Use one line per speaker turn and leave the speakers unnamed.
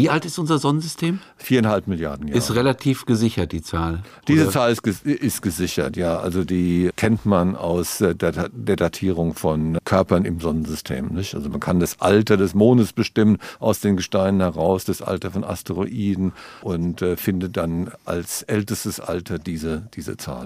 Wie alt ist unser Sonnensystem?
Viereinhalb Milliarden Jahre.
Ist relativ gesichert, die Zahl.
Diese
oder?
Zahl ist, ges- ist gesichert, ja. Also die kennt man aus äh, der, der Datierung von Körpern im Sonnensystem. Nicht? Also man kann das Alter des Mondes bestimmen aus den Gesteinen heraus, das Alter von Asteroiden und äh, findet dann als ältestes Alter diese, diese Zahl.